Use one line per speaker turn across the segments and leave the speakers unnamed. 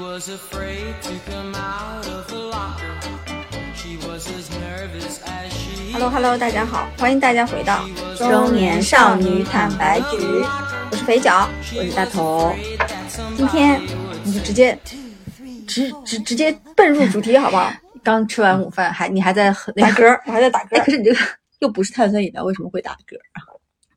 was afraid to come out of the locker. She was as nervous as she
Hello Hello，大家好，欢迎大家回到
中年少女坦白局，
我是肥脚。
我是大头，
今天你就直接直直直接奔入主题好不好？
刚吃完午饭，还你还在喝那
打
个？
嗝，我还在打
哎，可
嗝。
是你这个又不是碳酸饮料，为什么会打嗝？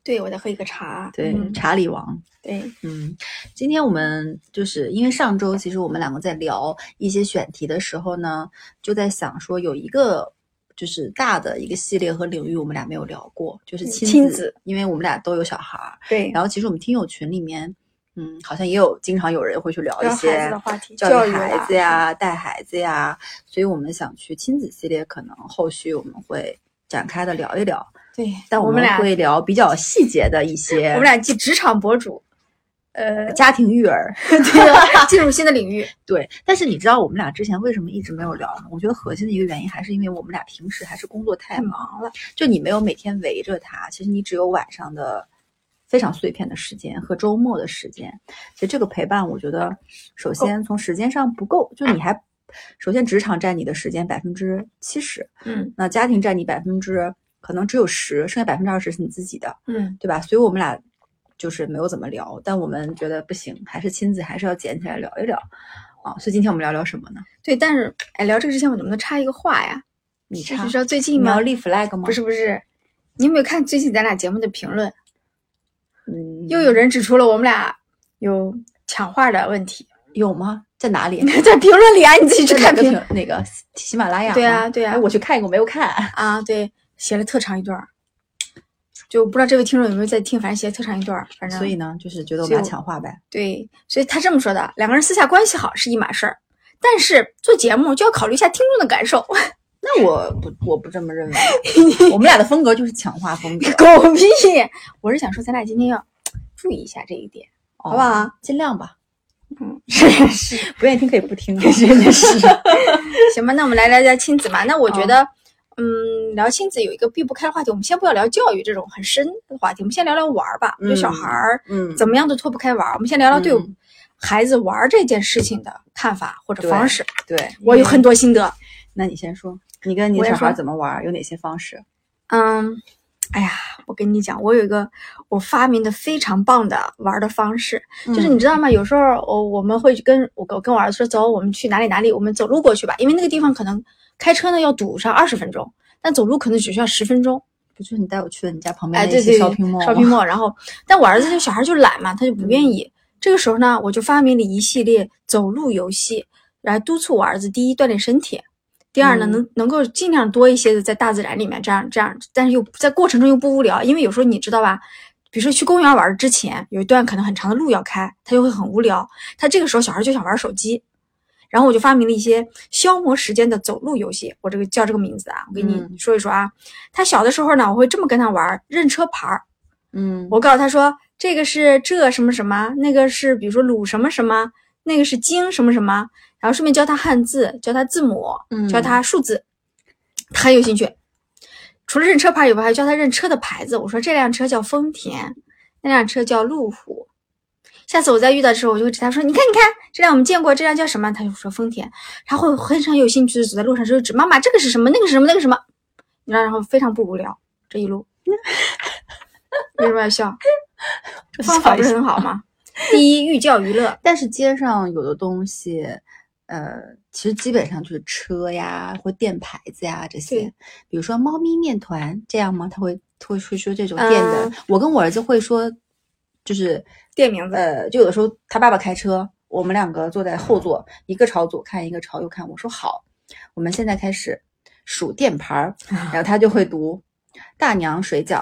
对，我在喝一个茶。
对，
嗯
查理王。
对，
嗯，今天我们就是因为上周其实我们两个在聊一些选题的时候呢，就在想说有一个就是大的一个系列和领域我们俩没有聊过，就是
嗯
亲
亲子
因为我们俩都有小孩儿。
对，
然后其实我们听友群里面，嗯，好像也有经常有人会去聊一
聊
些
孩子的话题，
教
教
育
育啊
孩
啦
子，呀、带孩子呀，所以我们想去亲子系列，可能后续我们会展开的聊一聊，
对，
但
我
们
俩，
会聊比较细节的一些，
我们俩继职场博主，呃，
家庭育儿，
进入新的领域。
对。但是你知道我们俩之前为什么一直没有聊呢？我觉得核心的一个原因还是因为我们俩平时还是工作太
太
忙了，就你没有每天围着他，其实你只有晚上的非常碎片的时间和周末的时间。其实这个陪伴，我觉得首先从时间上不够，就你还首先职场占你的时间百分之七十，
嗯
那家庭占你百分之可能只有十，剩下百分之二十是你自己的，
嗯，
对吧？所以我们俩就是没有怎么聊，但我们觉得不行，还是亲子还是要捡起来聊一聊啊。所以今天我们聊聊什么呢？
对。但是，哎，聊这个之前，我能不能插一个话呀？
你
就
插
是说最
你
近
们
嘛
要，立 flag 吗？
不，是不是，你有没有看最近咱俩节目的评论？
嗯，
又有人指出了我们俩有抢话的问题，
有吗？在哪里？
在评论里啊，你自己去
这
看
个
评
评那个喜喜马拉雅吗？
对啊对啊
哎我去看一个，我没有看。
啊，对，写了特长一段儿，就不知道这位听众有没有在听，反正写了特长一段儿，反正
所以呢，就是觉得我
啊所以
们
我
俩抢 话呗。
对，所以他这么说的，两个人私下关系好是一码事儿，但是做节目就要考虑一下听众的感受，
那我不，我不这么认为。我们俩的风格就是抢话 风格，
狗屁！我是想说，咱俩今天要注意一下这一点，
好
好啊不？好？
哦尽量吧，
嗯，是是，
不愿意听可以不听啊。
真的 是。行吧，那我们来聊一下亲子嘛。那我觉得，嗯，聊亲子有一个避不开的话题，我们先不要聊教育这种很深的话题，我们先聊聊玩儿吧，
嗯
就小孩儿。
嗯，
怎么样都脱不开玩儿。我们先聊聊对
嗯
孩子玩儿这件事情的看法或者
对
方式。
对，
我有很多心得。
那你先说，你跟你
我
的
也
小孩
说
怎么玩？有哪些方式？
嗯，哎呀，我跟你讲，我有一个我发明的非常棒的玩儿的方式，就是你知道吗？有时候我我们会跟我跟我跟我儿子说，走，我们去哪里哪里，我们走路过去吧，因为那个地方可能开车呢要堵上二十分钟。但走路可能只需要十分钟，
不就是你带我去的你家旁边
哎，
那
对
些
对
shopping mall 吗
，shopping mall。然后，但我儿子就小孩就懒嘛，他就不愿意。这个时候呢，我就发明了一系列走路游戏，来督促我儿子：第一，锻炼身体；第二呢，
嗯
能能够尽量多一些的在大自然里面，这样这样，但是又在过程中又不无聊，因为有时候你知道吧。比如说去公园玩之前，有一段可能很长的路要开，他就会很无聊。他这个时候小孩就想玩手机，然后我就发明了一些消磨时间的走路游戏，我这个叫这个名字啊，我给你
嗯
说一说啊。他小的时候呢，我会这么跟他玩儿认车牌儿，
嗯，
我告诉他说这个是这什么什么，那个是比如说鲁什么什么，那个是京什么什么，然后顺便教他汉字，教他字母，
嗯
教他数字，他很有兴趣。除了认车牌以外，还教他认车的牌子。我说这辆车叫丰田，那辆车叫路虎。下次我再遇到的时候，我就会指他说：“你看，你看，这辆我们见过，这辆叫什么？”他就说丰田，他会非常有兴趣的走在路上，就指妈妈这个是什么，那个是什么，那个是什么，你知道，然后非常不无聊这一路。为什么要笑？
这
方法
小
不
一
是
下
很好吗？第一，寓教于乐。
但是街上有的东西，呃，其实基本上就是车呀或店牌子呀这些
对，
比如说猫咪面团这样吗？他会会会说这种
嗯
店的。我跟我儿子会说，就是
店名字
呃，就有的时候他爸爸开车，我们两个坐在后座，
嗯
一个朝左看，一个朝右看。我说好，我们现在开始数店牌儿，
啊
然后他就会读大娘 水饺，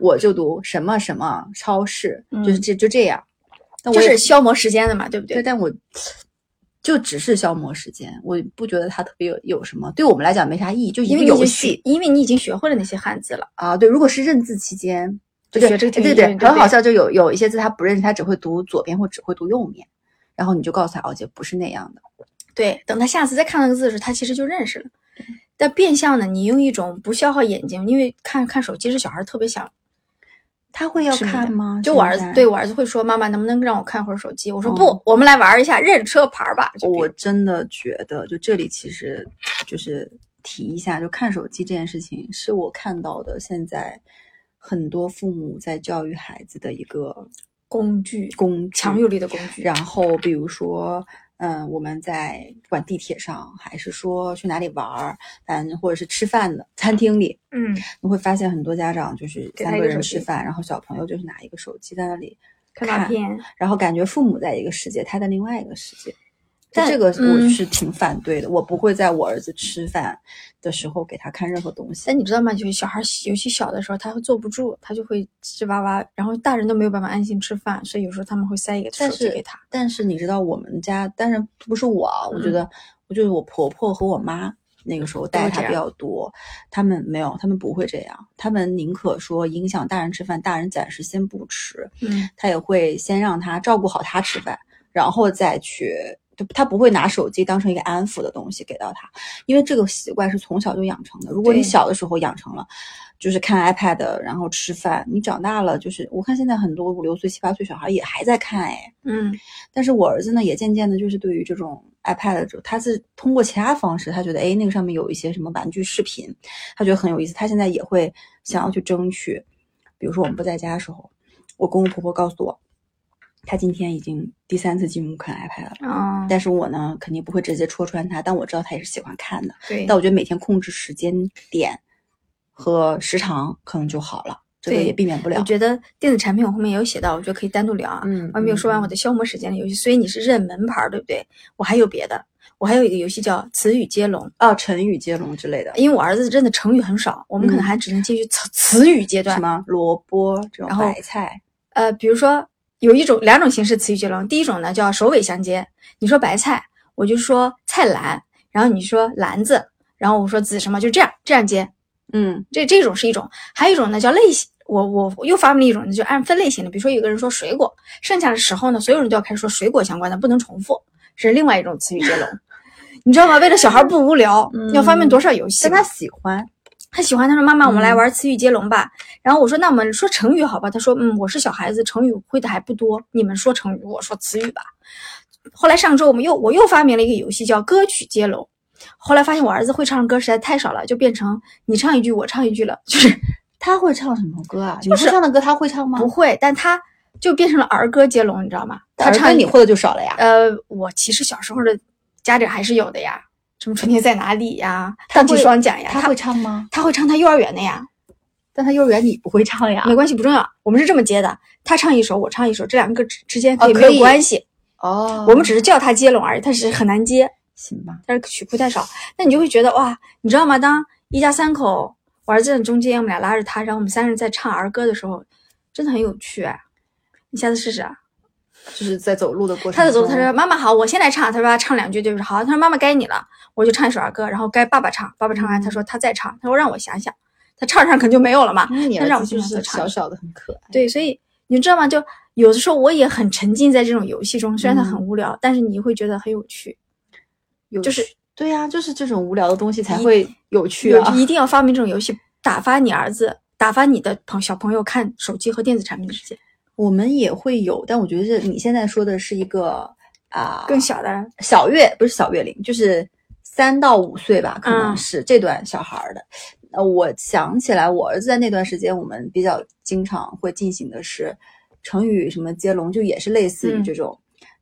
我就读什么什么超市，就是
嗯
这就这样。那
就
我也
是消磨时间的嘛，对不
对，
对？
但我就只是消磨时间，我不觉得它特别有有什么，对我们来讲没啥意义，就一
因
个
为你已
游
经
戏
学，因为你已经学会了那些汉字了。
啊。对，如果是认字期间，
就
对
学这个挺
对对
有
对
用，对
很
不
好
对
笑，就有有一些字他不认识，他只会读左边或只会读右面，然后你就告诉他，哦，姐不是那样的，
对，等他下次再看那个字的时候，他其实就认识了。但变相呢，你用一种不消耗眼睛，因为看看手机是小孩特别想
他会要
痴迷的
看吗？
就我
现
儿子
在
对我儿子会说：“妈妈，能不能让我看会儿手机？”我说：“不
哦，
我们来玩一下认车牌吧。就比如
我真的觉得，就这里其实就是提一下，就看手机这件事情，是我看到的现在很多父母在教育孩子的一个
工具
工具
强有力的工具。
然后比如说，嗯，我们在不管地铁上，还是说去哪里玩儿，嗯，或者是吃饭的餐厅里，
嗯，
你会发现很多家长就是
给他
三
一
个
个手
人
机
吃饭，然后小朋友就是拿一个手机在那里，
看卡片，
然后感觉父母在一个世界，他在另外一个世界。就
但
这个我
嗯
是挺反对的，我不会在我儿子吃饭的时候给他看任何东西。
但你知道吗？就是小孩儿喜，尤其小的时候，他会坐不住，他就会吱哇哇，然后大人都没有办法安心吃饭，所以有时候他们会塞一个手
但
机
是
给他。
但是你知道我们家，当然不是我啊，我觉
嗯
得我就是我婆婆和我妈那个时候
都
带
会
她
这
比
样
较多，他们没有，他们不会这样，他们宁可说影响大人吃饭，大人暂时先不吃，
嗯，
他也会先让他照顾好他吃饭，然后再去。就他不会拿手机当成一个安抚的东西给到他，因为这个习惯是从小就养成的。如果你
对
小的时候养成了，就是看 iPad，然后吃饭，你长大了就是，我看现在很多五六岁、七八岁小孩也还在看，哎，
嗯，
但是我儿子呢，也渐渐的，就是对于这种 iPad 这种，他是通过其他方式，他觉得诶那个上面有一些什么玩具视频，他觉得很有意思，他现在也会想要去争取。比如说我们不在家的时候，我公公婆婆告诉我，他今天已经第三次进屋看 iPad 了。
啊，
但是我呢，肯定不会直接戳穿他，但我知道他也是喜欢看的。
对，
但我觉得每天控制时间点和时长可能就好了，这个
对
也避免不了
我。觉得电子产品我后面也有写到，我觉得可以单独聊啊。
嗯
我还没有说完
嗯
我的消磨时间的游戏，所以你是认门牌儿，对不对？我还有别的，我还有一个游戏叫词语接龙，
哦，成语接龙之类的，
因为我儿子认的成语很少，我们可能
嗯
还只能进去词词语阶
什
段。
么萝卜这种
然后
白菜，
呃，比如说有一种两种形式词语接龙，第一种呢叫首尾相接，你说白菜，我就说菜篮，然后你说篮子，然后我说子什么，就这样这样接，
嗯，
这这种是一种，还有一种呢叫类型。我我我又发明了一种，就按分类型的，比如说有个人说水果，剩下的时候呢，所有人都要开始说水果相关的，不能重复，这是另外一种词语接龙，你知道吗？为了小孩不无聊，要发明多少游戏
但
呢？
嗯他喜欢，
他喜欢，他说妈妈，我们来
嗯
玩词语接龙吧。然后我说那我们说成语好吧？他说嗯，我是小孩子，成语会的还不多，你们说成语，我说词语吧。后来上周我们又我又发明了一个游戏叫歌曲接龙，后来发现我儿子会唱歌实在太少了，就变成你唱一句我唱一句了，就是
他会唱什么歌啊？
就是
你会唱的歌他会唱吗？
不会，但他就变成了儿歌接龙，你知道吗？他
他
唱
呃唱你会的就少了呀。
呃，我其实小时候的家长还是有的呀，什么春天在哪里呀，
他
荡起
会
双桨呀，
呃他会唱吗？
他会唱他幼儿园的呀。
但他幼儿园你不会唱呀
没关系，不重要。我们是这么接的，他唱一首，我唱一首，这两个之之间
哦
可以没
可
有
以
关系。
哦
我们只是叫他接龙而已，他只是很难接，
行吧。
但是曲库太少。那你就会觉得哇，你知道吗？当一家三口，我儿子在中间，我们俩拉着他，然后我们三人在唱儿歌的时候，真的很有趣、哎你下次试试啊。
就是在走路的过程中，
他的时候，他说：“妈妈好，我先来唱。”他说：“唱两句就是好。”他说：“妈妈该你了。”我就唱一首儿歌，然后该爸爸唱，爸爸唱完，
嗯
他说他再唱，他说让我想想，他唱着唱可能就没有了嘛。
因为你
他让
儿
我
子就
经常
是
会唱
小小的很可爱。
对，所以你知道吗？就有的时候我也很沉浸在这种游戏中，虽然它很
嗯
无聊，但是你会觉得很有趣。
有
就是
趣对呀，就是这种无聊的东西才会有趣
有
啊。
一定要发明这种游戏，打发你儿子，打发你的朋小朋友看手机和电子产品之间。
我们也会有，但我觉得是你现在说的是一个啊，
更小的人，
小月不是小月龄，就是三到五岁吧，可能
嗯
是这段小孩儿的。呃，我想起来，我儿子在那段时间，我们比较经常会进行的是成语什么接龙，就也是类似于
嗯
这种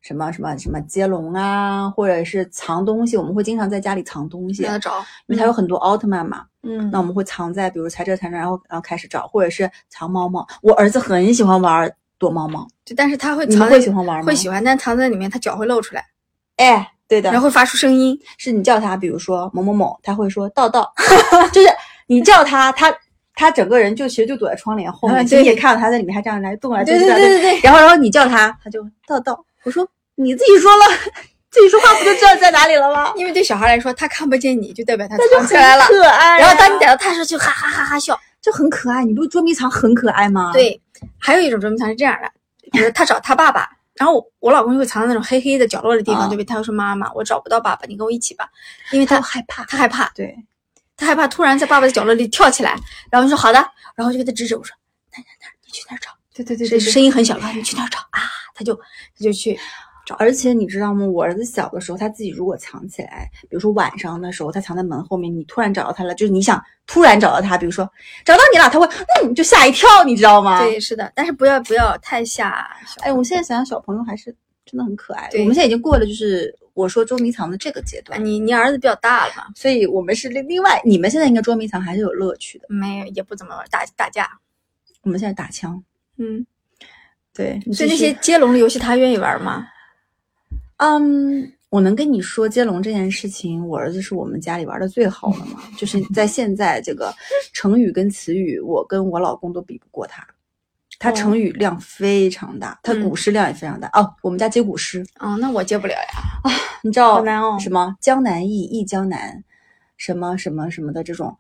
什么什么什么接龙啊，或者是藏东西，我们会经常在家里藏东西，啊
让他找，
因为它有很多奥特曼嘛。
嗯
那我们会藏在，比如才这才那，然后然后开始找，或者是藏猫猫。我儿子很喜欢玩躲猫猫，
对，但是他会
你们
藏
会
在，
喜欢玩吗？
会喜欢，但藏在里面，他脚会露出来，
哎，对的，
然后会发出声音。
是你叫他，比如说某某某，他会说道道， 就是你叫他，他他整个人就其实就躲在窗帘后面，
啊
其实你也
对
看到他在里啊面，他这样来动来动
对
去
对
的。
对对对，
然后然后你叫他，他就道道。我说你自己说了，自己说话不就知道在哪里了吗？
因为对小孩来说，他看不见你就代表他
那就
藏起来了
很。可爱啊、
然后当你逮到他的时候，就哈哈哈哈笑。
就很可爱，你不是捉迷藏很可爱吗？，
对，还有一种捉迷藏是这样的，比如他找他爸爸，然后我我老公会藏在那种黑黑的角落的地
啊
方，对不对？他就说妈妈，我找不到爸爸，你跟我一起吧，因为他
害怕。
他害怕，
对，
他害怕突然在爸爸的角落里跳起来，然后就说好的，然后就给他指指我说。去那儿找，
对对对
声声音很小，然后你去那儿找啊，他就他就去
而且你知道吗？我儿子小的时候，他自己如果藏起来，比如说晚上的时候，他藏在门后面，你突然找到他了，就是你想突然找到他，比如说找到你了，他会嗯就吓一跳，你知道吗？
对，是的，但是不要不要太吓小
哎，我现在想想，小朋友还是真的很可爱。
对嗯
我们现在已经过了就是我说捉迷藏的这个阶
孩。
段，
你你儿子比较大了嘛，
所以我们是另另外，你们现在应该捉迷藏还是有乐趣的。
没有也不怎么玩打打架，
我们现在打枪，
嗯，
对，
所以那
继续
些接龙的游戏他愿意玩吗？
嗯，我能跟你说接龙这件事情，我儿子是我们家里玩的最好的嘛，就是在现在这个成语跟词语，我跟我老公都比不过他。他
哦
成语量非常大，他
嗯
古诗量也非常大。哦，我们家接古诗，
哦，那我接不了呀，
你知道
好难哦
什么“江南忆忆江南”，什么什么什么的这种。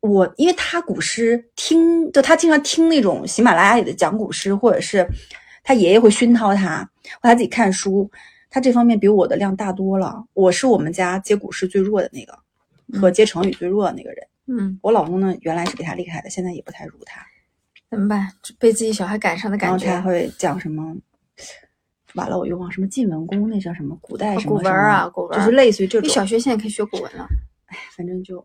我因为他古诗听，就他经常听那种喜马拉雅里的讲古诗，或者是他爷爷会熏陶他，或他自己看书，他这方面比我的量大多了。我是我们家接古诗最弱的那个，和接成语最弱的那个人。
嗯，
我老公呢，原来是比他厉害的，现在也不太如他。
怎么办？被自己小孩赶上的
然
感
后
觉哦
他，会讲什么？完了，我又忘什么晋文公那叫什么古代
啊
什
古
么什
文
么
啊古文
就是类似于这
你
种。
小学现在可以学古文了，
反正就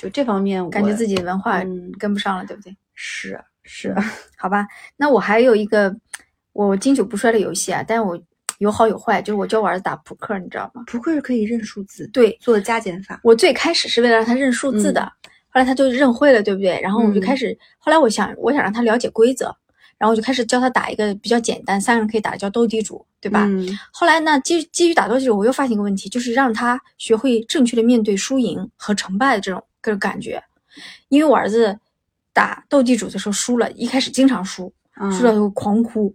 就这方面我，
感觉自己嗯文化
嗯
跟不上了，对不对？
是是，
好吧，那我还有一个我经久不衰的游戏啊，但是我有好有坏，就是我教我儿子打扑克，你知道吗？
扑克是可以认数字，
对，
做加减法。
我最开始是为了让他认数字的，
嗯
后来他就认会了，对不对？然后我就开始，后来我想，我想让他了解规则，然后我就开始教他打一个比较简单，三个人可以打的叫斗地主，对吧？
嗯，
后来呢，基于基于打斗地主，我又发现一个问题，就是让他学会正确的面对输赢和成败的这种这种感觉，因为我儿子打斗地主的时候输了，一开始经常输，
嗯
输了就狂哭。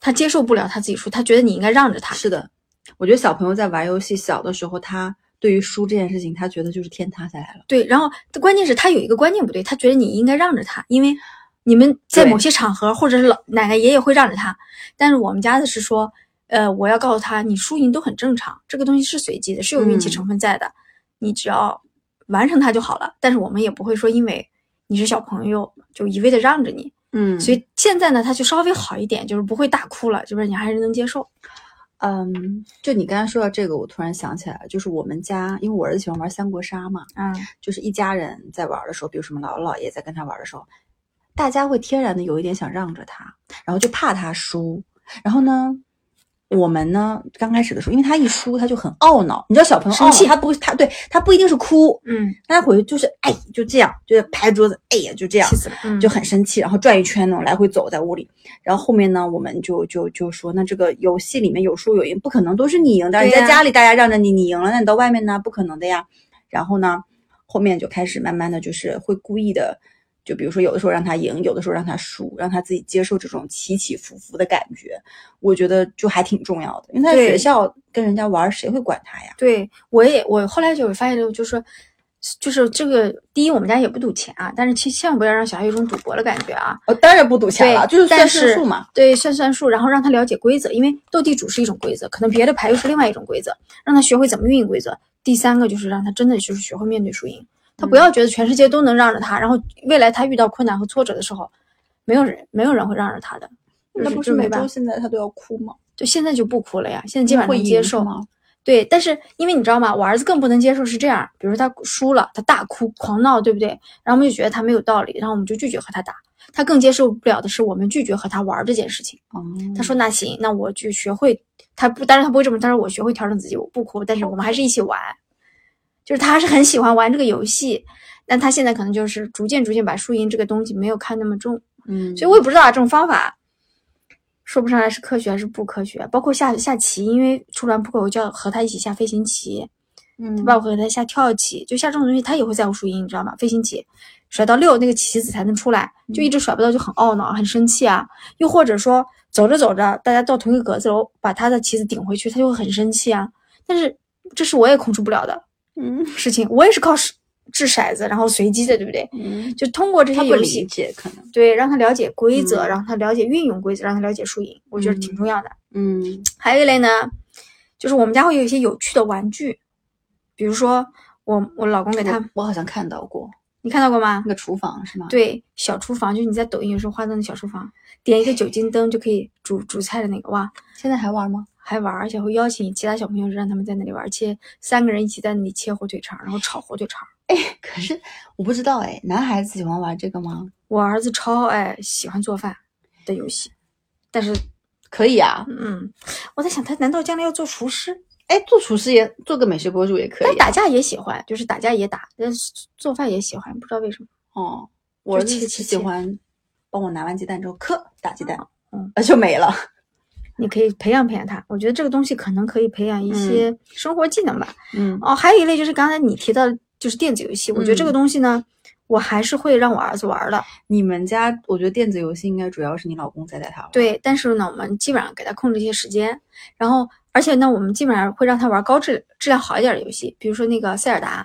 他接受不了他自己输，他觉得你应该让着他。
是的。我觉得小朋友在玩游戏小的时候，他对于输这件事情，他觉得就是天塌下来了。
对，然后关键是他有一个观念不对，他觉得你应该让着他，因为你们在
对
某些场合或者是老奶奶爷爷会让着他，但是我们家的是说，呃，我要告诉他，你输赢都很正常，这个东西是随机的，是有运气
嗯
成分在的，你只要完成它就好了。但是我们也不会说因为你是小朋友就一味的让着你，
嗯
所
所以
以现在呢，他就稍微好一点，就是不会大哭了，就是你还是能接受。
嗯，就你刚才说到这个，我突然想起来了，就是我们家，因为我儿子喜欢玩三国杀嘛，
嗯，
就是一家人在玩的时候，比如什么姥姥姥爷在跟他玩的时候，大家会天然的有一点想让着他，然后就怕他输。然后呢，我们呢刚开始的时候，因为他一输他就很懊恼，你知道小朋友
生气
懊恼他不他对他不一定是哭，
嗯，
他回去就是哎就这样，就是拍桌子，哎呀就这样
气，死了，嗯，
就很生气，然后转一圈那种来回走在屋里。然后后面呢，我们就就就说，那这个游戏里面有输有赢，不可能都是你赢的。
对
你
呀
在家里大家让着你，你赢了，那你到外面呢，不可能的呀。然后呢，后面就开始慢慢的就是会故意的，就比如说有的时候让他赢，有的时候让他输，让他自己接受这种起起伏伏的感觉。我觉得就还挺重要的，因为他在
对
学校跟人家玩，谁会管他呀？
对，我也我后来就是发现，就是说，就是这个第一，我们家也不赌钱啊，但是千千万不要让小孩有种赌博的感觉啊。
我当然不赌钱
对
了，就是算
但
胜数嘛。
对，算算数，然后让他了解规则，因为斗地主是一种规则，可能别的牌又是另外一种规则，让他学会怎么运用规则。第三个就是让他真的就是学会面对输赢，他
嗯
不要觉得全世界都能让着他，然后未来他遇到困难和挫折的时候，没有人没有人会让着他的。
那不
就是是没
每
办
周
法，
现在他都要哭吗？
就现在就不哭了呀，现在基本上
会
能接
赢是
受。
吗？
对，但是因为你知道吗，我儿子更不能接受是这样，比如他输了，他大哭狂闹，对不对？然后我们就觉得他没有道理，然后我们就拒绝和他打。他更接受不了的是我们拒绝和他玩儿这件事情。
哦
他说那行，那我就学会，他不，当然他不会这么，他说我学会调整自己，我不哭，但是我们还是一起玩，就是他还是很喜欢玩这个游戏。但他现在可能就是逐渐逐渐把输赢这个东西没有看那么重，
嗯，
所以我也不知道啊，这种方法说不上来是科学还是不科学。包括下下棋，因为出完扑克，我就要和他一起下飞行棋，
嗯
对吧？我和他下跳棋，就下这种东西，他也会在乎输赢，你知道吗？飞行棋甩到六，那个棋子才能出来，就一直甩不到，就很懊恼，很生气啊。又或者说走着走着，大家到同一个格子楼，把他的棋子顶回去，他就会很生气啊。但是这是我也控制不了的
嗯
事情，我也是靠掷掷骰子，然后随机的，对不对？
嗯，
就通过这些
他不
游
理
戏，
解可能，
对，让他了解规则，
嗯
让他了解运用规则，让他了解输赢，我觉得挺重要的。
嗯
还有一类呢，就是我们家会有一些有趣的玩具，比如说我我老公给他
嗯我，我好像看到过，
你看到过吗
那？个厨房是吗？，
对，小厨房就是你在抖音有时候花灯的小厨房，点一个酒精灯就可以煮煮菜的那个，哇，
现在还玩吗？
还玩儿，而且会邀请其他小朋友，让他们在那里玩儿，切三个人一起在那里切火腿肠，然后炒火腿肠。
可是我不知道哎，男孩子喜欢玩这个吗？
我儿子超爱喜欢做饭的游戏，但是，
可以啊，
嗯，我在想他难道将来要做厨师？
哎，做厨师也做个美食博主也可
但
以、啊。
打架也喜欢，就是打架也打，但是做饭也喜欢，不知道为什么。
哦，我儿
就
子
切
是
切
喜
切
欢帮我拿完鸡蛋之后，磕打鸡蛋，
嗯，
呃就没了。
你可以培养培养他，我觉得这个东西可能可以培养一些生活技能吧。
嗯
哦，还有一类就是刚才你提到的，就是电子游戏，我觉得这个
嗯
东西呢，我还是会让我儿子玩儿的。
你们家我觉得电子游戏应该主要是你老公在带他玩。，
对，但是呢，我们基本上给他控制一些时间，然后而且呢，我们基本上会让他玩高质质量好一点的游戏，比如说那个塞尔达，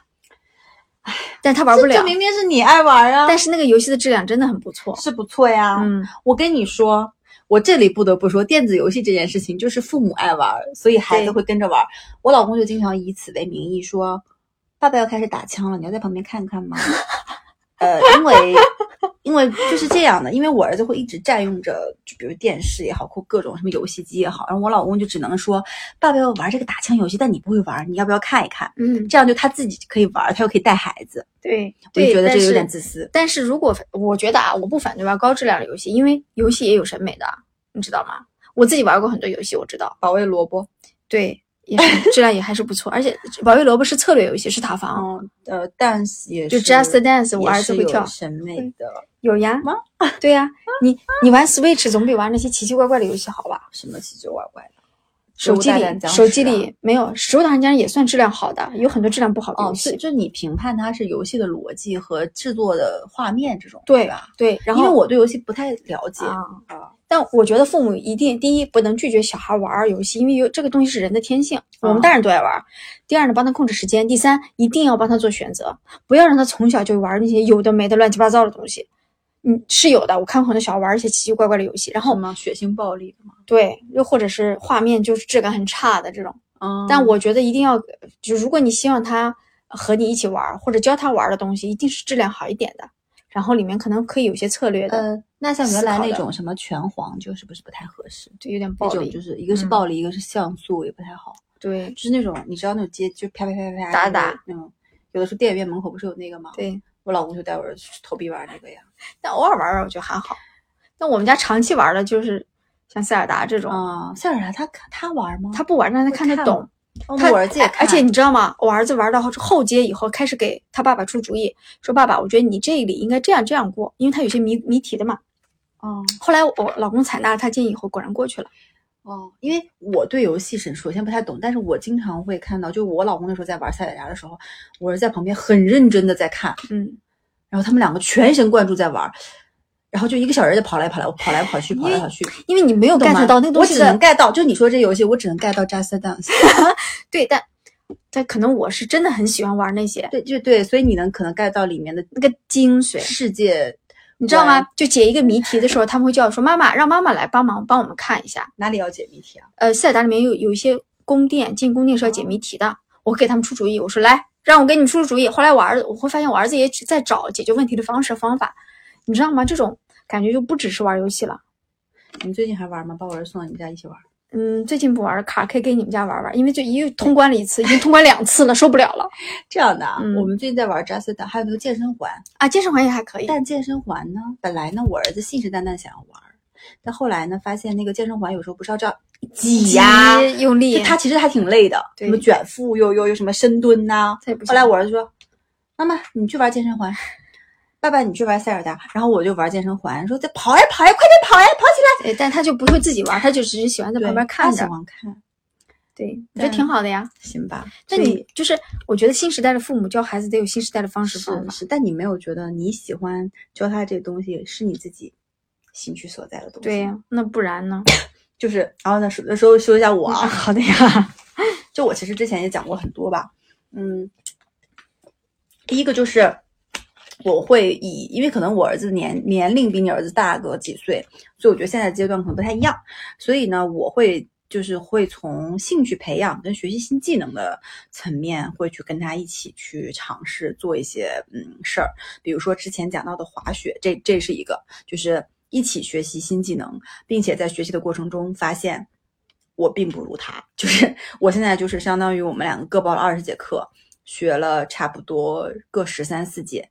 唉，但他玩不
这
了，
明明是你爱玩啊，
但是那个游戏的质量真的很不错。
是不啊错呀。
嗯，
我跟你说，我这里不得不说，电子游戏这件事情就是父母爱玩，所以孩子
对
会跟着玩。我老公就经常以此为名义说：“爸爸要开始打枪了，你要在旁边看看吗？” 呃，因为因为就是这样的，因为我儿子会一直占用着，就比如电视也好，或各种什么游戏机也好，然后我老公就只能说：“爸爸要玩这个打枪游戏，但你不会玩，你要不要看一看？”
嗯，
这样就他自己可以玩，他又可以带孩子，
对，
我就
对，
觉得
但
这有
是
点自私。
但是如果我觉得啊，我不反对玩高质量的游戏，因为游戏也有审美的，你知道吗？我自己玩过很多游戏，我知道，
保卫萝卜，
对，也 是质量也还是不错，而且保卫萝卜是策略游戏，是塔防，
嗯，呃，dance 也
就是 Just Dance，我
也
儿子
是
会
有
跳，
审美
对
的
有呀
吗？
对呀、你你玩 Switch 总比玩那些奇奇怪怪的游戏好吧？
什么奇奇怪怪的，
手机
大
里
战僵
手
尸
机
啊
里没有，手打人家也算质量好的，有很多质量不好的
哦，
游
是
戏。
就你评判它是游戏的逻辑和制作的画面这种，
对
吧？
对，然
因为
后
我对游戏不太了解
啊，
啊，
但我觉得父母一定第一不能拒绝小孩玩儿游戏，因为有这个东西是人的天性，我
啊
们大人都爱玩儿。第二呢，帮他控制时间；第三，一定要帮他做选择，不要让他从小就玩儿那些有的没的乱七八糟的东西。嗯，是有的，我看过很多小孩玩儿一些奇奇怪怪的游戏，然
什
后
么血腥暴力的嘛，
对，又或者是画面就是质感很差的这种。
嗯
但我觉得一定要，就如果你希望他和你一起玩儿或者教他玩儿的东西，一定是质量好一点的，然后里面可能可以有些策略的，
呃，那像原
思
来
考
那
的
种什么拳皇就是不是不太合适，
就有点
那
暴
种
力，
就是一个是
嗯
暴力，一个是像素也不太好，
对
就是那种你知道那种街就啪啪啪啪啪
打
那种
打
那种，有的时候电影院门口不是有那个吗？
对。
我老公就带我儿子去投币玩那个呀，
但偶尔玩玩，我觉得还好。但我们家长期玩的就是像塞尔达这种，
啊，塞尔达他看他玩吗？
他不玩，但是他哦看得
看
懂。
哦
他
我儿子也
哎
看，
而且你知道吗？我儿子玩到后后街以后，开始给他爸爸出主意，说爸爸，我觉得你这里应该这样这样过，因为他有些谜谜题的嘛。
哦
后来我我老公采纳了他建议以后，果然过去了。
哦，因为我对游戏是首先不太懂，但是我经常会看到，就我老公那时候在玩塞尔达的时候，我儿子在旁边很认真的在看，
嗯，
然后他们两个全神贯注在玩，然后就一个小人就跑来跑来跑来跑去跑来跑去，
因为你没有
懂
get
吗
到那个东
我
西
只
的
能 get 到，就你说这游戏我只能 get 到 Just Dance，
对，但但可能我是真的很喜欢玩那些
对，就对，所以你能可能 get 到里面的
那个精髓，
世界，
你知道吗？就解一个谜题的时候，他们会叫我说妈妈，让妈妈来帮忙帮我们看一下。
哪里要解谜题啊？
呃，塞尔达里面有有一些宫殿，进宫殿是要解谜题的。我给他们出主意，我说来，让我给你们出出主意。后来我儿子，我会发现我儿子也只在找解决问题的方式方法，你知道吗？这种感觉就不只是玩游戏了。
你最近还玩吗？把我儿子送到你们家一起玩。
嗯，最近不玩了，卡可以给你们家玩玩，因为就一又通关了一次，已经通关两次了，受不了了
这样的啊，
嗯
我们最近在玩 Just Dance，还有那个健身环。
啊！健身环也还可以，
但健身环呢，本来呢，我儿子信誓旦旦想要玩儿，但后来呢，发现那个健身环有时候不是要这样挤呀、
急用力
就，他其实还挺累的，
对
什么卷腹又又又什么深蹲呐、
他也不
后来
想
我儿子说：“妈妈，你去玩健身环，爸爸你去玩塞尔达。”然后我就玩健身环，说：“再跑呀跑呀，快点跑呀，跑起来
对，但他就不会自己玩，他就只是喜欢！”在旁边看
他喜
着。
欢看，
对，我觉得挺好的呀。
行吧？
那
所以
你就是，我觉得新时代的父母教孩子得有新时代的方式
是
方法。
是，但你没有觉得你喜欢教他这东西是你自己兴趣所在的东西？
对呀、，那不然呢？
就是，然后呢，说说说一下我啊，
好的呀。
就我其实之前也讲过很多吧，嗯，第一个就是我会以，因为可能我儿子年年龄比你儿子大个几岁，所以我觉得现在阶段可能不太一样，所以呢，我会就是会从兴趣培养跟学习新技能的层面，会去跟他一起去尝试做一些嗯事儿，比如说之前讲到的滑雪，这这是一个，就是一起学习新技能，并且在学习的过程中发现我并不如他，就是我现在就是相当于我们两个各报了二十节课，学了差不多各十三四节，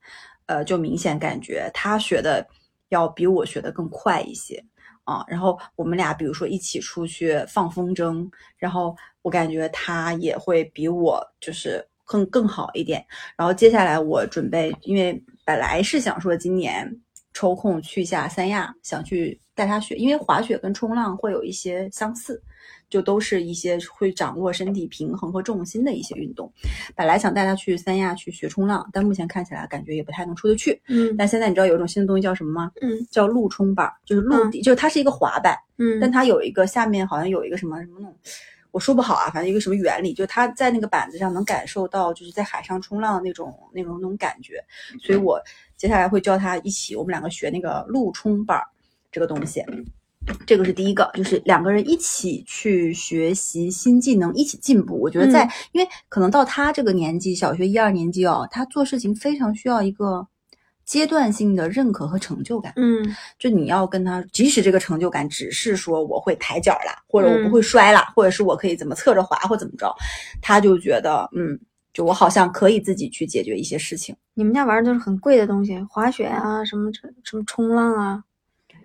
呃，就明显感觉他学的要比我学的更快一些。啊，然后我们俩比如说一起出去放风筝，然后我感觉他也会比我就是更更好一点。然后接下来我准备，因为本来是想说今年抽空去一下三亚，想去带他学，因为滑雪跟冲浪会有一些相似，就都是一些会掌握身体平衡和重心的一些运动。本来想带他去三亚去学冲浪，但目前看起来感觉也不太能出得去。
嗯
但现在你知道有一种新的东西叫什么吗？
嗯
叫陆冲板，就是陆地，就是它是一个滑板，但
嗯
它有一个下面好像有一个什么什么那种，我说不好啊，反正一个什么原理，就是它在那个板子上能感受到，就是在海上冲浪那种那种那种感觉，
嗯
所以我接下来会教他一起，我们两个学那个陆冲板儿这个东西。这个是第一个，就是两个人一起去学习新技能，一起进步。我觉得在，
嗯
因为可能到他这个年纪，小学一二年级哦，他做事情非常需要一个阶段性的认可和成就感。
嗯
就你要跟他，即使这个成就感只是说我会抬脚啦，或者我不
嗯
会摔啦，或者是我可以怎么侧着滑或怎么着，他就觉得嗯，就我好像可以自己去解决一些事情。
你们家玩的都是很贵的东西，滑雪啊，什么这什么冲浪啊，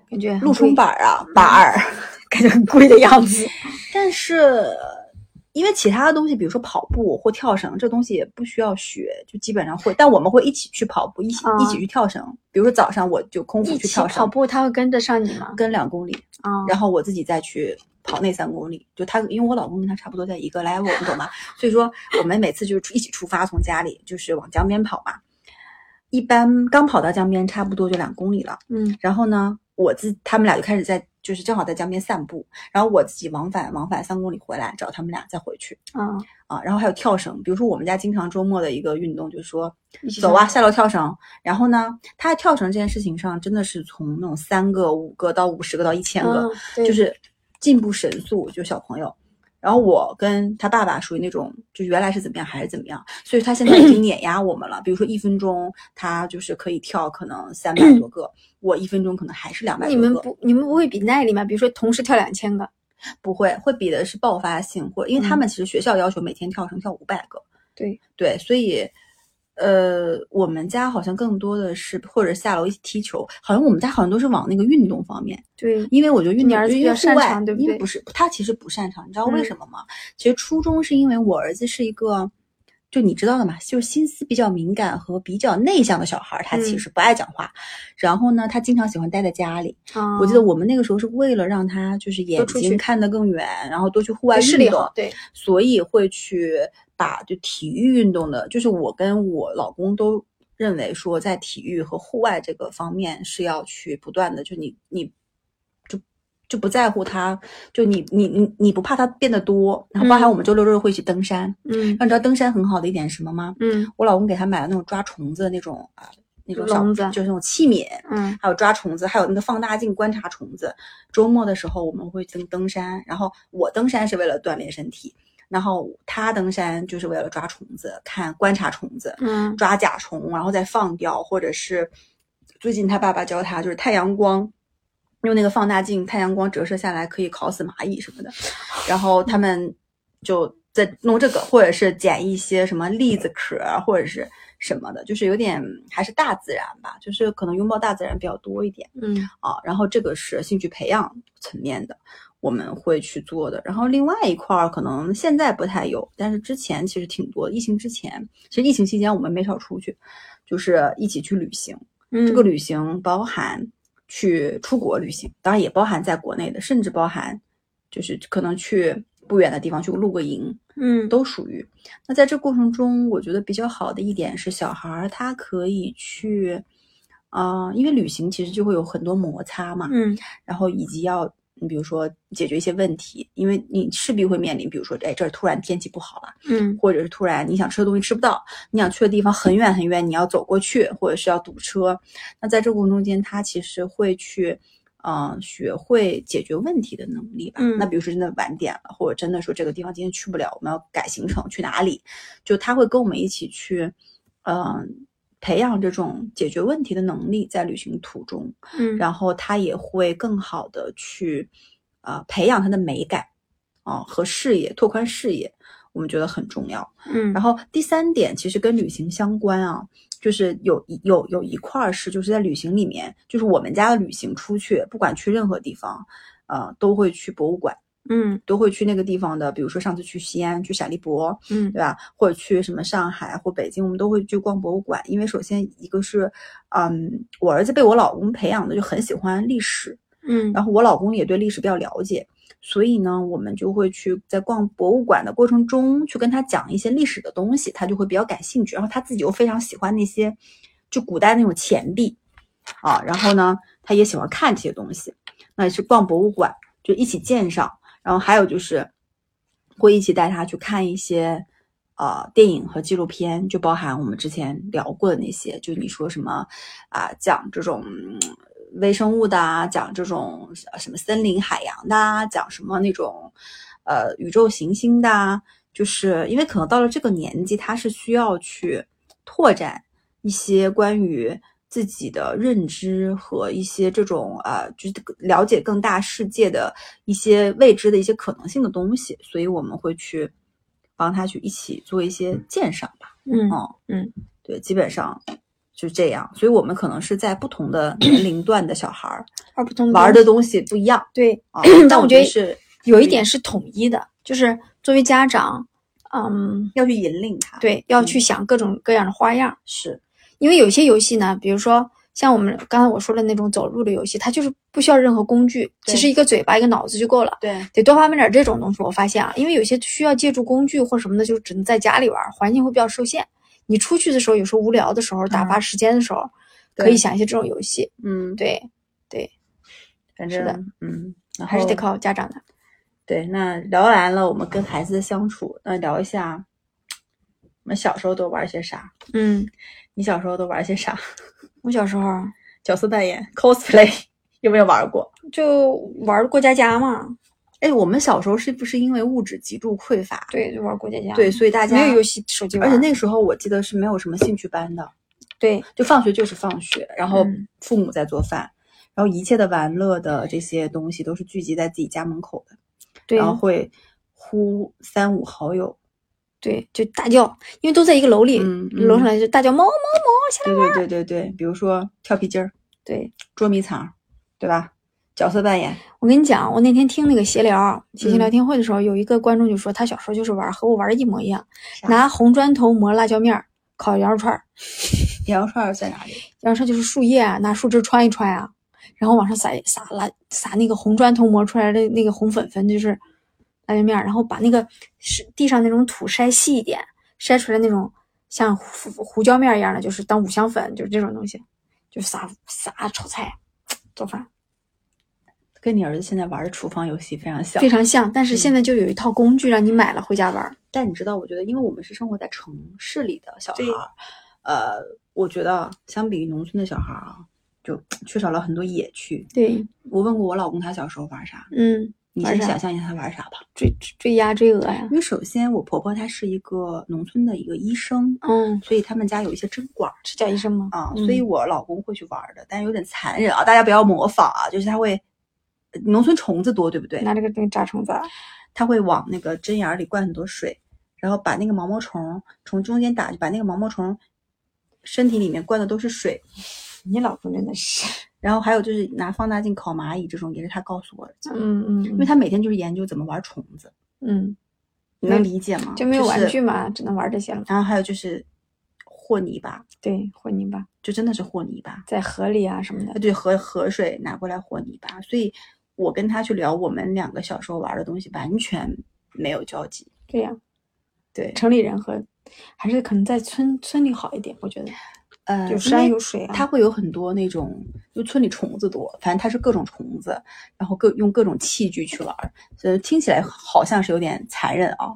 感觉很嗯
陆冲
贵
板儿啊，板儿， 感觉很贵的样
嗯
子。 但是因为其他的东西，比如说跑步或跳绳，这东西也不需要学，就基本上会。但我们会一起去跑步，一起、
啊
一起去跳绳。比如说早上我就空腹
一
去
起
跳
跑
绳，
步，他会跟着上你吗？
跟两公里，
啊、
然后我自己再去跑那三公里。就他，因为我老公跟他差不多在一个 level，你懂吗？所以说我们每次就是出一起出发，从家里就是往江边跑嘛。一般刚跑到江边，差不多就两公里了。
嗯
然后呢，我自他们俩就开始在，就是正好在江边散步，然后我自己往返往返三公里回来找他们俩再回去
啊，
啊。然后还有跳绳，比如说我们家经常周末的一个运动就是说
一起
走啊，下楼跳绳。然后呢，他在跳绳这件事情上真的是从那种三个、五个到五十个到一千
上，
个，
嗯对
就是进步神速，就小朋友。然后我跟他爸爸属于那种，就原来是怎么样还是怎么样，所以他现在已经碾压我们了。比如 说一分钟，他就是可以跳可能三百多个，我一分钟可能还是两百
你
多
们
个，
不你们不会比耐力吗？比如说同时跳两千个，
不会会比的是爆发性，或者因为
嗯
他们其实学校要求每天跳绳跳五百个，
对
对，所以呃，我们家好像更多的是或者下楼一起踢球，好像我们家好像都是往那个运动方面，
对，
因为我觉得运动
你儿子
因
比
为
较
户
擅
外
长对不
因为
对
不是他其实不擅长，你知道为
嗯
什么吗？其实初衷是因为我儿子是一个，就你知道的嘛，就是心思比较敏感和比较内向的小孩儿，他其
嗯
实不爱讲话。然后呢，他经常喜欢待在家里。
啊、
我记得我们那个时候是为了让他就是眼
出去
睛看得更远，然后多去户外
对视力
运动
好，，对，
所以会去把就体育运动的，就是我跟我老公都认为说，在体育和户外这个方面是要去不断的，就你你就就不在乎他，就你你你你不怕他变得多，然后包
嗯
含我们周六周日会去登山，
嗯
那你知道登山很好的一点是什么吗？
嗯
我老公给他买了那种抓虫子的那种啊，那种小
笼子
就是那种器皿，
嗯
还有抓虫子，还有那个放大镜观察虫子。周末的时候我们会登登山，然后我登山是为了锻炼身体，然后他登山就是为了抓虫子，看观察虫子，
嗯
抓甲虫，然后再放掉，或者是最近他爸爸教他就是太阳光。用那个放大镜，太阳光折射下来可以烤死蚂蚁什么的，然后他们就在弄这个，或者是捡一些什么栗子壳儿或者是什么的，就是有点还是大自然吧，就是可能拥抱大自然比较多一点
嗯
啊。然后这个是兴趣培养层面的，我们会去做的。然后另外一块儿可能现在不太有，但是之前其实挺多。疫情之前，其实疫情期间我们没少出去，就是一起去旅行。
嗯，
这个旅行包含去出国旅行，当然也包含在国内的，甚至包含就是可能去不远的地方去露个营，
嗯
都属于。那在这过程中，我觉得比较好的一点是，小孩儿他可以去，呃，因为旅行其实就会有很多摩擦嘛，
嗯
然后以及要你比如说解决一些问题，因为你势必会面临，比如说哎这儿突然天气不好了。
嗯
或者是突然你想吃的东西吃不到，你想去的地方很远很远，你要走过去，或者是要堵车。那在这个过程中间，他其实会去嗯、学会解决问题的能力吧。
嗯
那比如说真的晚点了，或者真的说这个地方今天去不了，我们要改行程去哪里，就他会跟我们一起去，嗯、培养这种解决问题的能力，在旅行途中，
嗯，
然后他也会更好的去，呃，培养他的美感，啊、和视野，拓宽视野，我们觉得很重要。
嗯，
然后第三点其实跟旅行相关啊，就是有一有有一块儿是就是在旅行里面，就是我们家的旅行出去，不管去任何地方，呃，都会去博物馆，
嗯
都会去那个地方的，比如说上次去西安，去陕历博，
嗯
对吧？或者去什么上海或北京，我们都会去逛博物馆，因为首先一个是，嗯，我儿子被我老公培养的就很喜欢历史，
嗯，
然后我老公也对历史比较了解，所以呢，我们就会去在逛博物馆的过程中去跟他讲一些历史的东西，他就会比较感兴趣。然后他自己又非常喜欢那些就古代那种钱币啊，然后呢，他也喜欢看这些东西。那也是逛博物馆，就一起鉴赏。然后还有就是会一起带他去看一些呃电影和纪录片，就包含我们之前聊过的那些，就你说什么啊、讲这种嗯微生物的啊，讲这种呃什么森林、海洋的啊，讲什么那种呃宇宙行星的啊，就是因为可能到了这个年纪，他是需要去拓展一些关于自己的认知和一些这种啊，就是了解更大世界的一些未知的一些可能性的东西，所以我们会去帮他去一起做一些鉴赏吧。
嗯
哦，
嗯，
对，基本上就这样。所以我们可能是在不同的年龄段的小孩儿
而不同
玩的东西不一样
对，。
啊但
但
我
我
觉
觉
得
得
是
有一点是统一的，就是作为家长，嗯，
要去引领他，，
对，要去想各种各样的花样，
是
因为有些游戏呢，比如说像我们刚才我说的那种走路的游戏，它就是不需要任何工具，
对
其实一个嘴巴一个脑子就够了。
对
得多发明点这种东西。我发现啊，因为有些需要借助工具或什么的，就只能在家里玩，环境会比较受限。你出去的时候，有时候无聊的时候，打发时间的时候，
对
可以想一些这种游戏。
嗯，
对，
反
是
正
的
嗯，然
还是得
后
靠家长的。
对，那聊完了我们跟孩子的相处，那聊一下我们小时候都玩些啥？
嗯，
你小时候都玩些啥？
我小时候
角色扮演、cosplay 有没有玩过？
就玩过家家嘛，
哎，我们小时候是不是因为物质极度匮乏？
对，就玩过家啊家。
对，，所以大家
没有游戏手机玩。
而且那个时候我记得是没有什么兴趣班的，
对，
就放学就是放学，然后
嗯
父母在做饭，然后一切的玩乐的这些东西都是聚集在自己家门口的，
对
然后会呼三五好友，
对，就大叫，因为都在一个楼里，
嗯嗯
楼上来就大叫猫猫猫下来。
对对对对对，比如说跳皮筋儿、
对
捉迷藏，对吧？角色扮演，
我跟你讲，我那天听那个闲聊谐星
嗯
聊天会的时候，有一个观众就说他小时候就是玩和我玩的一模一样。
啥
拿红砖头磨辣椒面儿，烤羊肉串儿。
羊肉串儿在哪里？
羊肉串就是树叶啊，拿树枝穿一穿啊，然后往上撒撒辣撒那个红砖头磨出来的那个红粉粉，就是辣椒面儿。然后把那个是地上那种土筛细一点，筛出来那种像胡胡椒面儿一样的，就是当五香粉，就是这种东西，就撒撒炒菜。做饭
跟你儿子现在玩的厨房游戏非常像
非。常像，但是现在就有一套工具让你买了回家玩儿。
但你知道，我觉得，因为我们是生活在城市里的小孩
对
儿，呃，我觉得相比于农村的小孩儿啊，就缺少了很多野趣。
对，
我问过我老公，他小时候玩啥？
嗯，
你
玩
先
啥
想象一下他玩啥吧。
追追追鸭追鹅呀
因，为首先，我婆婆她是一个农村的一个医生，
嗯，
所以他们家有一些针管儿
是叫医生吗？
啊，
嗯
所以我老公会去玩儿的，但有点残忍啊，大家不要模仿啊，就是他会。呃农村虫子多，对不对？
拿这个东西炸虫子啊，
他会往那个针眼儿里灌很多水，然后把那个毛毛虫从中间打，把那个毛毛虫身体里面灌的都是水。
你老公真的是，
然后还有就是拿放大镜烤蚂蚁这种，也是他告诉我的，
嗯嗯，
因为他每天就是研究怎么玩虫子，
嗯
你能理解吗？
就没有玩具
是
嘛，只能玩这些了。
然后还有就是和泥巴，
对，混泥巴
就真的是和泥巴，
在河里啊什么
啊
的。
对，河河水拿过来和泥巴。所以我跟他去聊我们两个小时候玩的东西，完全没有交集。
这样，
对，
城里人和还是可能在村村里好一点，我觉得
呃，
有
因
山
为
有水啊。
它会有很多那种，就村里虫子多，反正它是各种虫子，然后各用各种器具去玩儿，所以听起来好像是有点残忍啊，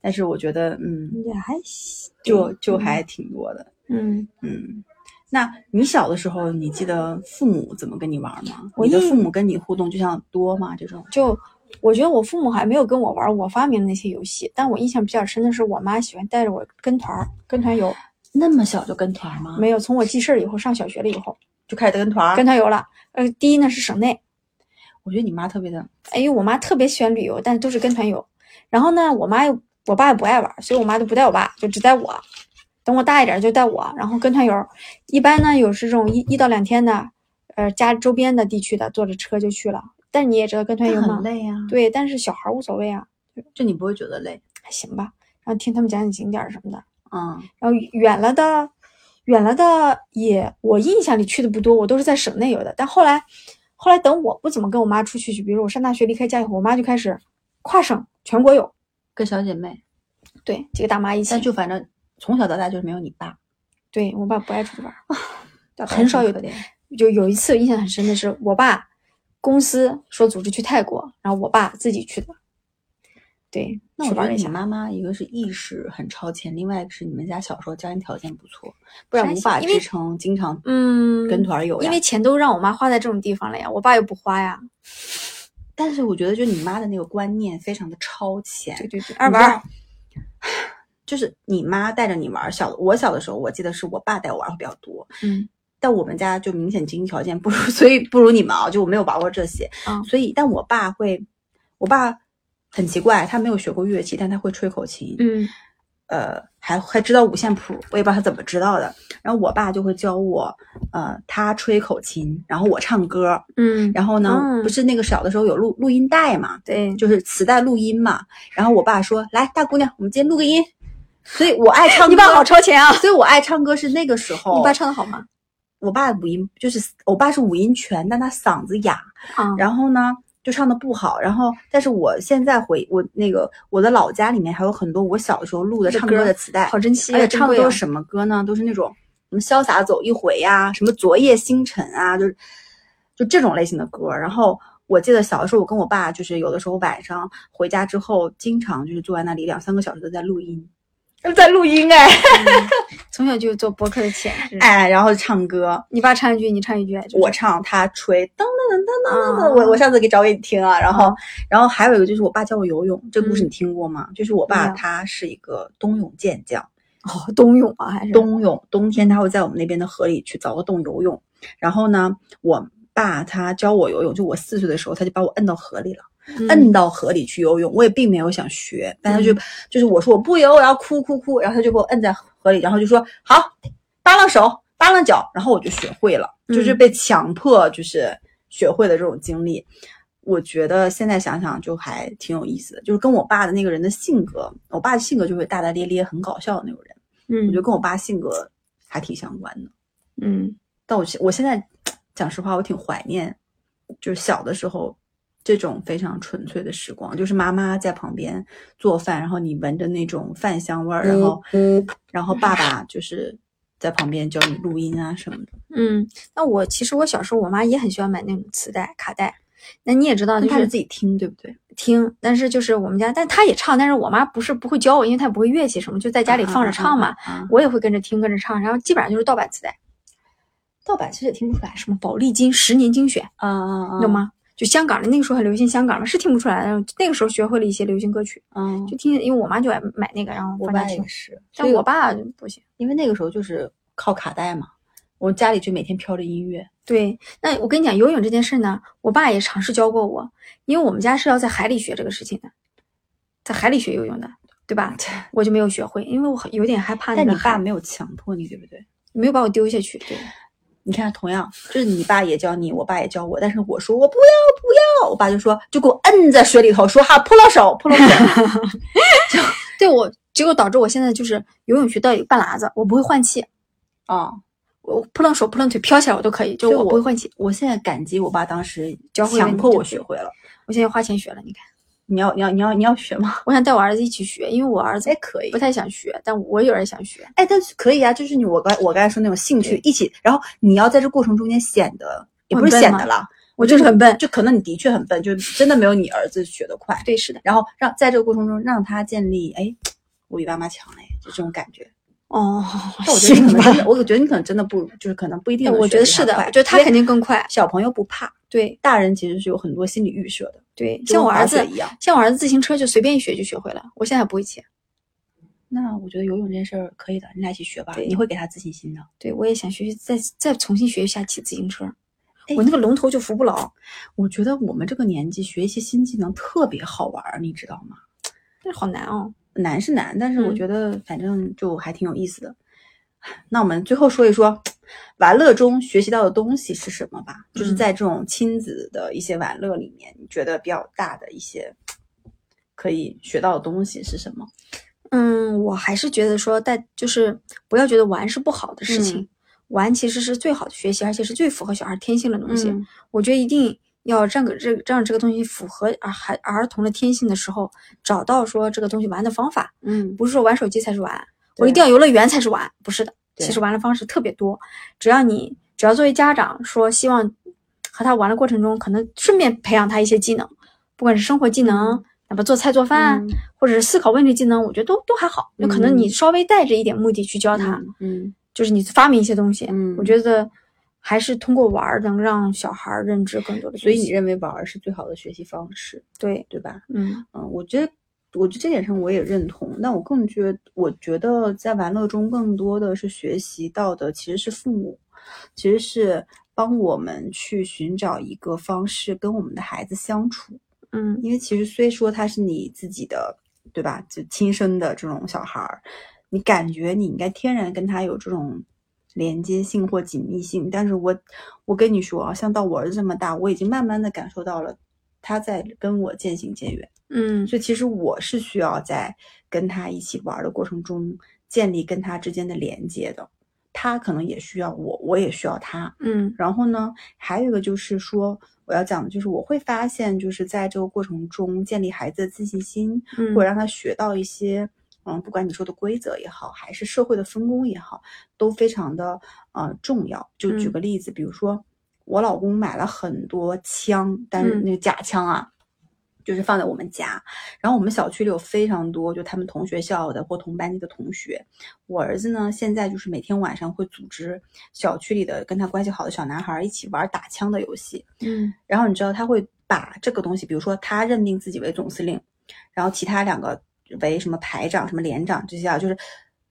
但是我觉得，嗯，
也还行，
就就
嗯
还挺多的，
嗯
嗯，那你小的时候，你记得父母怎么跟你玩吗？
我
你的
一
父母跟你互动就像多吗？这种
就我觉得我父母还没有跟我玩我发明的那些游戏，但我印象比较深的是我妈喜欢带着我跟团儿，跟团游。
那么小就跟团吗？
没有，从我记事儿以后，上小学了以后，
就开始跟团儿。
跟团游了。呃，第一呢是省内，
我觉得你妈特别的，
哎呦，我妈特别喜欢旅游，但是都是跟团游。然后呢，我妈又我爸也不爱玩，所以我妈就不带我爸，就只带我。等我大一点就带我，然后跟团游。一般呢有这种一一到两天的，呃，家周边的地区的，坐着车就去了。但你也知道跟团游
但
嘛
很，累呀、啊。
对，但是小孩儿无所谓啊，
就你不会觉得累？
还行吧。然后听他们讲讲景点儿什么的。
嗯，
然后远了的，远了的也，我印象里去的不多，我都是在省内游的。但后来，后来等我不怎么跟我妈出去，就比如我上大学离开家以后，我妈就开始跨省全国游，
跟小姐妹，
对，几个大妈一起
但。就反正从小到大就是没有你爸，
对我爸不爱出去玩儿，啊
很
很
少
少
有
有
可怜。
就有一次印象很深的是，我爸公司说组织去泰国，然后我爸自己去的。对，
那
去
我觉
玩
得
了一
你
下。
妈妈一个是意识很超前，另外一个是你们家小时候家庭条件不错，不然
山
无
西
法
因为
支撑经常
嗯，
跟团游呀。
因为钱都让我妈花在这种地方了呀，我爸又不花呀。
但是我觉得就你妈的那个观念非常的超前，
对对对，
你
二
知
玩儿
道。就是你妈带着你玩儿，小我小的时候，我记得是我爸带我玩儿会比较多，
嗯，
但我们家就明显经济条件不如， 所以不如你们啊，就我没有玩过这些，
嗯
所以但我爸会，我爸很奇怪，他没有学过乐器，但他会吹口琴，
嗯
呃，还还知道五线谱，我也不知道他怎么知道的。然后我爸就会教我，呃，他吹口琴，然后我唱歌，
嗯，
然后呢，
嗯
不是那个小的时候有录录音带嘛，
对，
就是磁带录音嘛。然后我爸说：“来，大姑娘，我们今天录个音。”所以，我爱唱 歌，
你爸好超前啊！
所以我爱唱歌是那个时候。
你爸，唱的好吗？
我爸五音就是我爸是五音全，但他嗓子哑，
啊，
然后呢就唱的不好。然后，但是我现在回我那个我的老家里面还有很多我小时候录的
的
唱
歌
歌的磁带，
好珍惜
而
啊，
且
珍
唱的
贵
都
啊
是什么歌呢？都是那种什么潇洒走一回呀、什么昨夜星辰啊，就是就这种类型的歌。然后我记得小的时候，我跟我爸就是有的时候晚上回家之后，经常就是坐在那里两三个小时都在录音，
在录音哎， 从小就做博客的潜质。
哎，然后唱歌，
你爸唱一句，你唱一句，啊就是
我唱他吹，噔噔噔噔噔噔。
啊
我我上次给找给你听啊。然后然后还有一个就是我爸教我游泳，这故事
嗯
你听过吗？就是我爸
没有
他是一个冬泳健将。
哦，冬泳啊，还是
冬泳，冬天他会在我们那边的河里去凿个洞游泳。然后呢，我爸他教我游泳，就我四岁的时候，他就把我摁到河里了，摁
嗯
到河里去游泳。我也并没有想学，但他就、
嗯
就是我说我不游，然后哭哭哭，然后他就给我摁在河里，然后就说好，扒拉手，扒拉脚，然后我就学会了，就是
嗯
被强迫就是学会的这种经历。我觉得现在想想就还挺有意思的，就是跟我爸的那个人的性格，我爸的性格就是大大咧咧、很搞笑的那种人。我觉得
嗯
跟我爸性格还挺相关的。
嗯，
但我现我现在讲实话，我挺怀念，就是小的时候这种非常纯粹的时光，就是妈妈在旁边做饭，然后你闻着那种饭香味儿，然后然后爸爸就是在旁边教你录音啊什么的。
嗯。那我其实我小时候，我妈也很喜欢买那种磁带、卡带。那你也知道，
但
就
啊他是
是
自己听，对不对？
听，但是就是我们家，但她也唱，但是我妈不是不会教我，因为她也不会乐器什么，就在家里放着唱嘛。
啊。啊啊
我也会跟着听，跟着唱，然后基本上就是盗版磁带，哎
盗版其实也听不出来，是
什么宝丽金十年精选，
啊啊啊！
你懂？吗？就香港的那个时候很流行香港嘛，是听不出来的。那个时候学会了一些流行歌曲，
嗯，
就听，因为我妈就爱买那个，然后
我
放
爸
家听
也。是，
但
所以
我爸就不行。
因为那个时候就是靠卡带嘛，我家里就每天飘着音乐。
对，那我跟你讲游泳这件事呢，我爸也尝试教过我，因为我们家是要在海里学这个事情的，在海里学游泳的，对吧？我就没有学会，因为我很有点害怕那
但
个
你爸
海，
没有强迫你，对不对？
没有把我丢下去。对，
你看，同样就是你爸也教你，我爸也教我，但是我说我不要不要，我爸就说就给我摁在水里头，说哈扑了手扑了 手，
对我结果导致我现在就是游泳学到一个半拉子，我不会换气，
啊、
我扑棱手扑棱腿飘起来我都可以，就
所以
我
我
不会换气。
我现在感激我爸当时
教会了
强
你
迫
这
我
个
学会了。
我现在花钱学了，你看，
你要你要你要你要学吗？
我想带我儿子一起学，因为我儿子
哎，可以
不。太想学，但我有点想学。
哎，但是可以啊，就是你我刚我刚才说那种兴趣一起，然后你要在这过程中间显得也不
很
是
笨
显
吗
得了，
我就是很笨。
就可能你的确很笨，就真的没有你儿子学得快。
对，是的，
然后让在这个过程中让他建立，哎，我比爸妈强哎，就这种感觉。
哦，
但我觉得你
行
可能
吧呃
真的，我觉得你可能真的不，就是可能不一定能学
我
得
觉得是
他
的，
快哎
我觉得他
因为
肯定更快。
小朋友不怕，
对
大人其实是有很多心理预设的，
对，
就
像
跟
我
滑
儿子
雪一样。
像我儿子自行车就随便一学就学会了，我现在还不会骑。
那我觉得游泳这件事儿可以的，你俩一起学吧，
对
你会给他自信心的。
对我也想学习，再再重新学一下骑自行车。
哎
我那个龙头就扶不牢，
我觉得我们这个年纪学一些新技能特别好玩儿，你知道吗？
但是好难哦。
难是难，但是我
嗯
觉得反正就还挺有意思的。那我们最后说一说，玩乐中学习到的东西是什么吧？就是
嗯
在这种亲子的一些玩乐里面，你觉得比较大的一些可以学到的东西是什么？
嗯，我还是觉得说，但就是不要觉得玩是不好的事情，
嗯
玩其实是最好的学习，而且是最符合小孩天性的东
东
西。
西，
我觉得一定要让个这让这个东西符合儿孩儿童的天性的时候，找到说这个东西玩的方法，
嗯
不是说玩手机才是玩，我一
对
定要游乐园才是玩，不是的。
对
其实玩的方式特别多，只要你只要作为家长说希望和他玩的过程中，可能顺便培养他一些技能，不管是生活技能
嗯，
哪怕做菜做饭，
嗯
或者是思考问题技能，我觉得都都还好。就可能你
嗯
稍微带着一点目的去教他，
嗯嗯
就是你发明一些东西，
嗯
我觉得还是通过玩儿能让小孩儿认知更多的东西。
所以你认为玩儿是最好的学习方式，
对，
对吧？
嗯
嗯，我觉得，我觉得这点上我也认同。但我更觉，我觉得在玩乐中更多的是学习到的其实是父母，其实是帮我们去寻找一个方式跟我们的孩子相处。
嗯
因为其实虽说他是你自己的，对吧？就亲生的这种小孩儿，你感觉你应该天然跟他有这种。连接性或紧密性，但是我我跟你说啊，像到我儿子这么大，我已经慢慢的感受到了他在跟我渐行渐远。
嗯
所以其实我是需要在跟他一起玩儿的过程中建立跟他之间的连接的。他可能也需要我，我也需要他。
嗯
然后呢，还有一个就是说，我要讲的就是我会发现，就是在这个过程中建立孩子的自信心，
嗯，
或者让他学到一些，嗯，不管你说的规则也好，还是社会的分工也好，都非常的呃重要。就举
嗯
个例子，比如说我老公买了很多枪，但是
嗯
那个假枪啊，就是放在我们家。然后我们小区里有非常多，就他们同学校的或同班级的同学。我儿子呢，现在就是每天晚上会组织小区里的跟他关系好的小男孩儿一起玩打枪的游戏。
嗯
然后你知道他会把这个东西，比如说他认定自己为总司令，然后其他两个为什么排长、什么连长这些啊，就是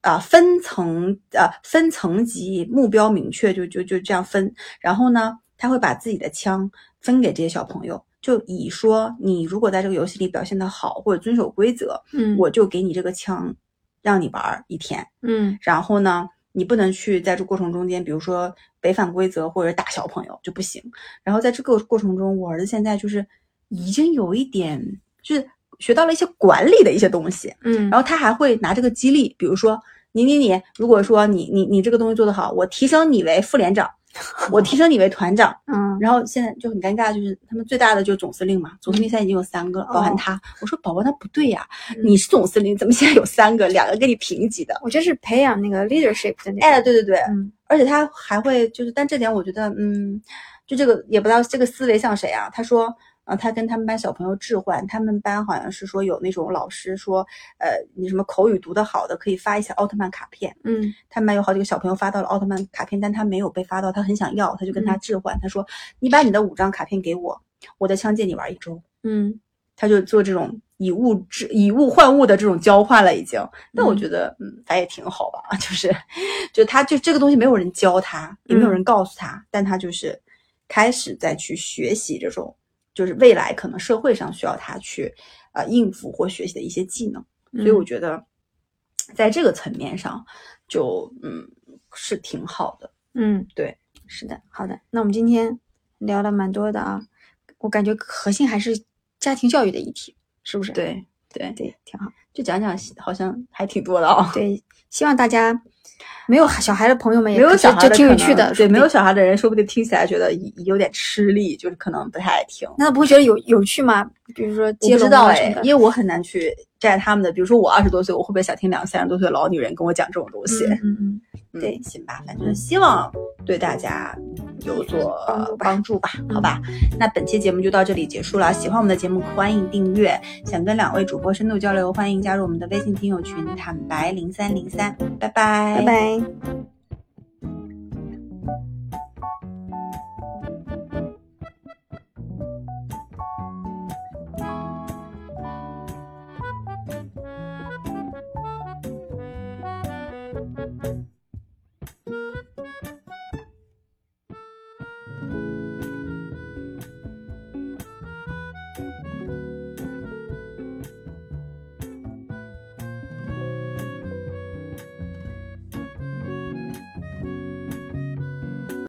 啊、呃分层呃分层级目标明确，就就就这样分。然后呢，他会把自己的枪分给这些小朋友，就以说你如果在这个游戏里表现的好或者遵守规则，
嗯
我就给你这个枪，让你玩儿一天。
嗯
然后呢，你不能去在这过程中间，比如说违反规则或者打小朋友就不行。然后在这个过程中，我儿子现在就是已经有一点，就是学到了一些管理的一些东西。
嗯，
然后他还会拿这个激励，比如说你你你，如果说你你你这个东西做得好，我提升你为副连长，我提升你为团长。
嗯
然后现在就很尴尬，就是他们最大的就是总司令嘛，总司令现在已经有三个了，包含他。我说宝宝，那不对呀、
哦嗯
你是总司令，怎么现在有三个，两个跟你平级的？
我觉得是培养那个 leadership 的那
哎，
个，
对对对，
嗯
而且他还会就是，但这点我觉得，嗯，就这个也不知道这个思维像谁啊？他说，呃，他跟他们班小朋友置换，他们班好像是说有那种老师说，呃，你什么口语读得好的可以发一些奥特曼卡片，
嗯
他们班有好几个小朋友发到了奥特曼卡片，但他没有被发到，他很想要，他就跟他置换，他说，你把你的五张卡片给我，我的枪借你玩一周，
嗯
他就做这种。以物质以物换物的这种交换了，已经。但我
嗯
觉得，嗯，他也挺好吧， 就是，就他就这个东西没有人教他，也没有
嗯
人告诉他，但他就是开始再去学习这种，就是未来可能社会上需要他去呃应付或学习的一些技能。所以我
嗯
觉得，在这个层面上，就嗯是挺好的。
嗯，
对，
是的，好的，那我们今天聊了蛮多的啊，我感觉核心还是家庭教育的议题，是不是？
对对，
对，挺好。
就讲讲好像还挺多的啊、
对，希望大家没有小孩的朋友们
没
也
有
可
小孩
哎就
的
挺有
可
趣
能
的，
对，没有
小
小孩的人，说不定听起来觉得有点吃力，就是可能不太爱听。
难道不会觉得有有趣吗？比如说
我
嗯接
不知
龙
道
啊
哎
什么，的。
因为我很难去站他们的。比如说我二十多岁，我会不会想听两个三十多岁的老女人跟我讲这种东西？
嗯嗯嗯，嗯嗯
对，行吧，反正希望对大家有所
帮助吧嗯
帮助吧，好吧。那本期节目就到这里结束了，喜欢我们的节目欢迎订阅，想跟两位主播深度交流，欢迎加入我们的微信听友群“坦白零三零三”，拜拜，
拜拜。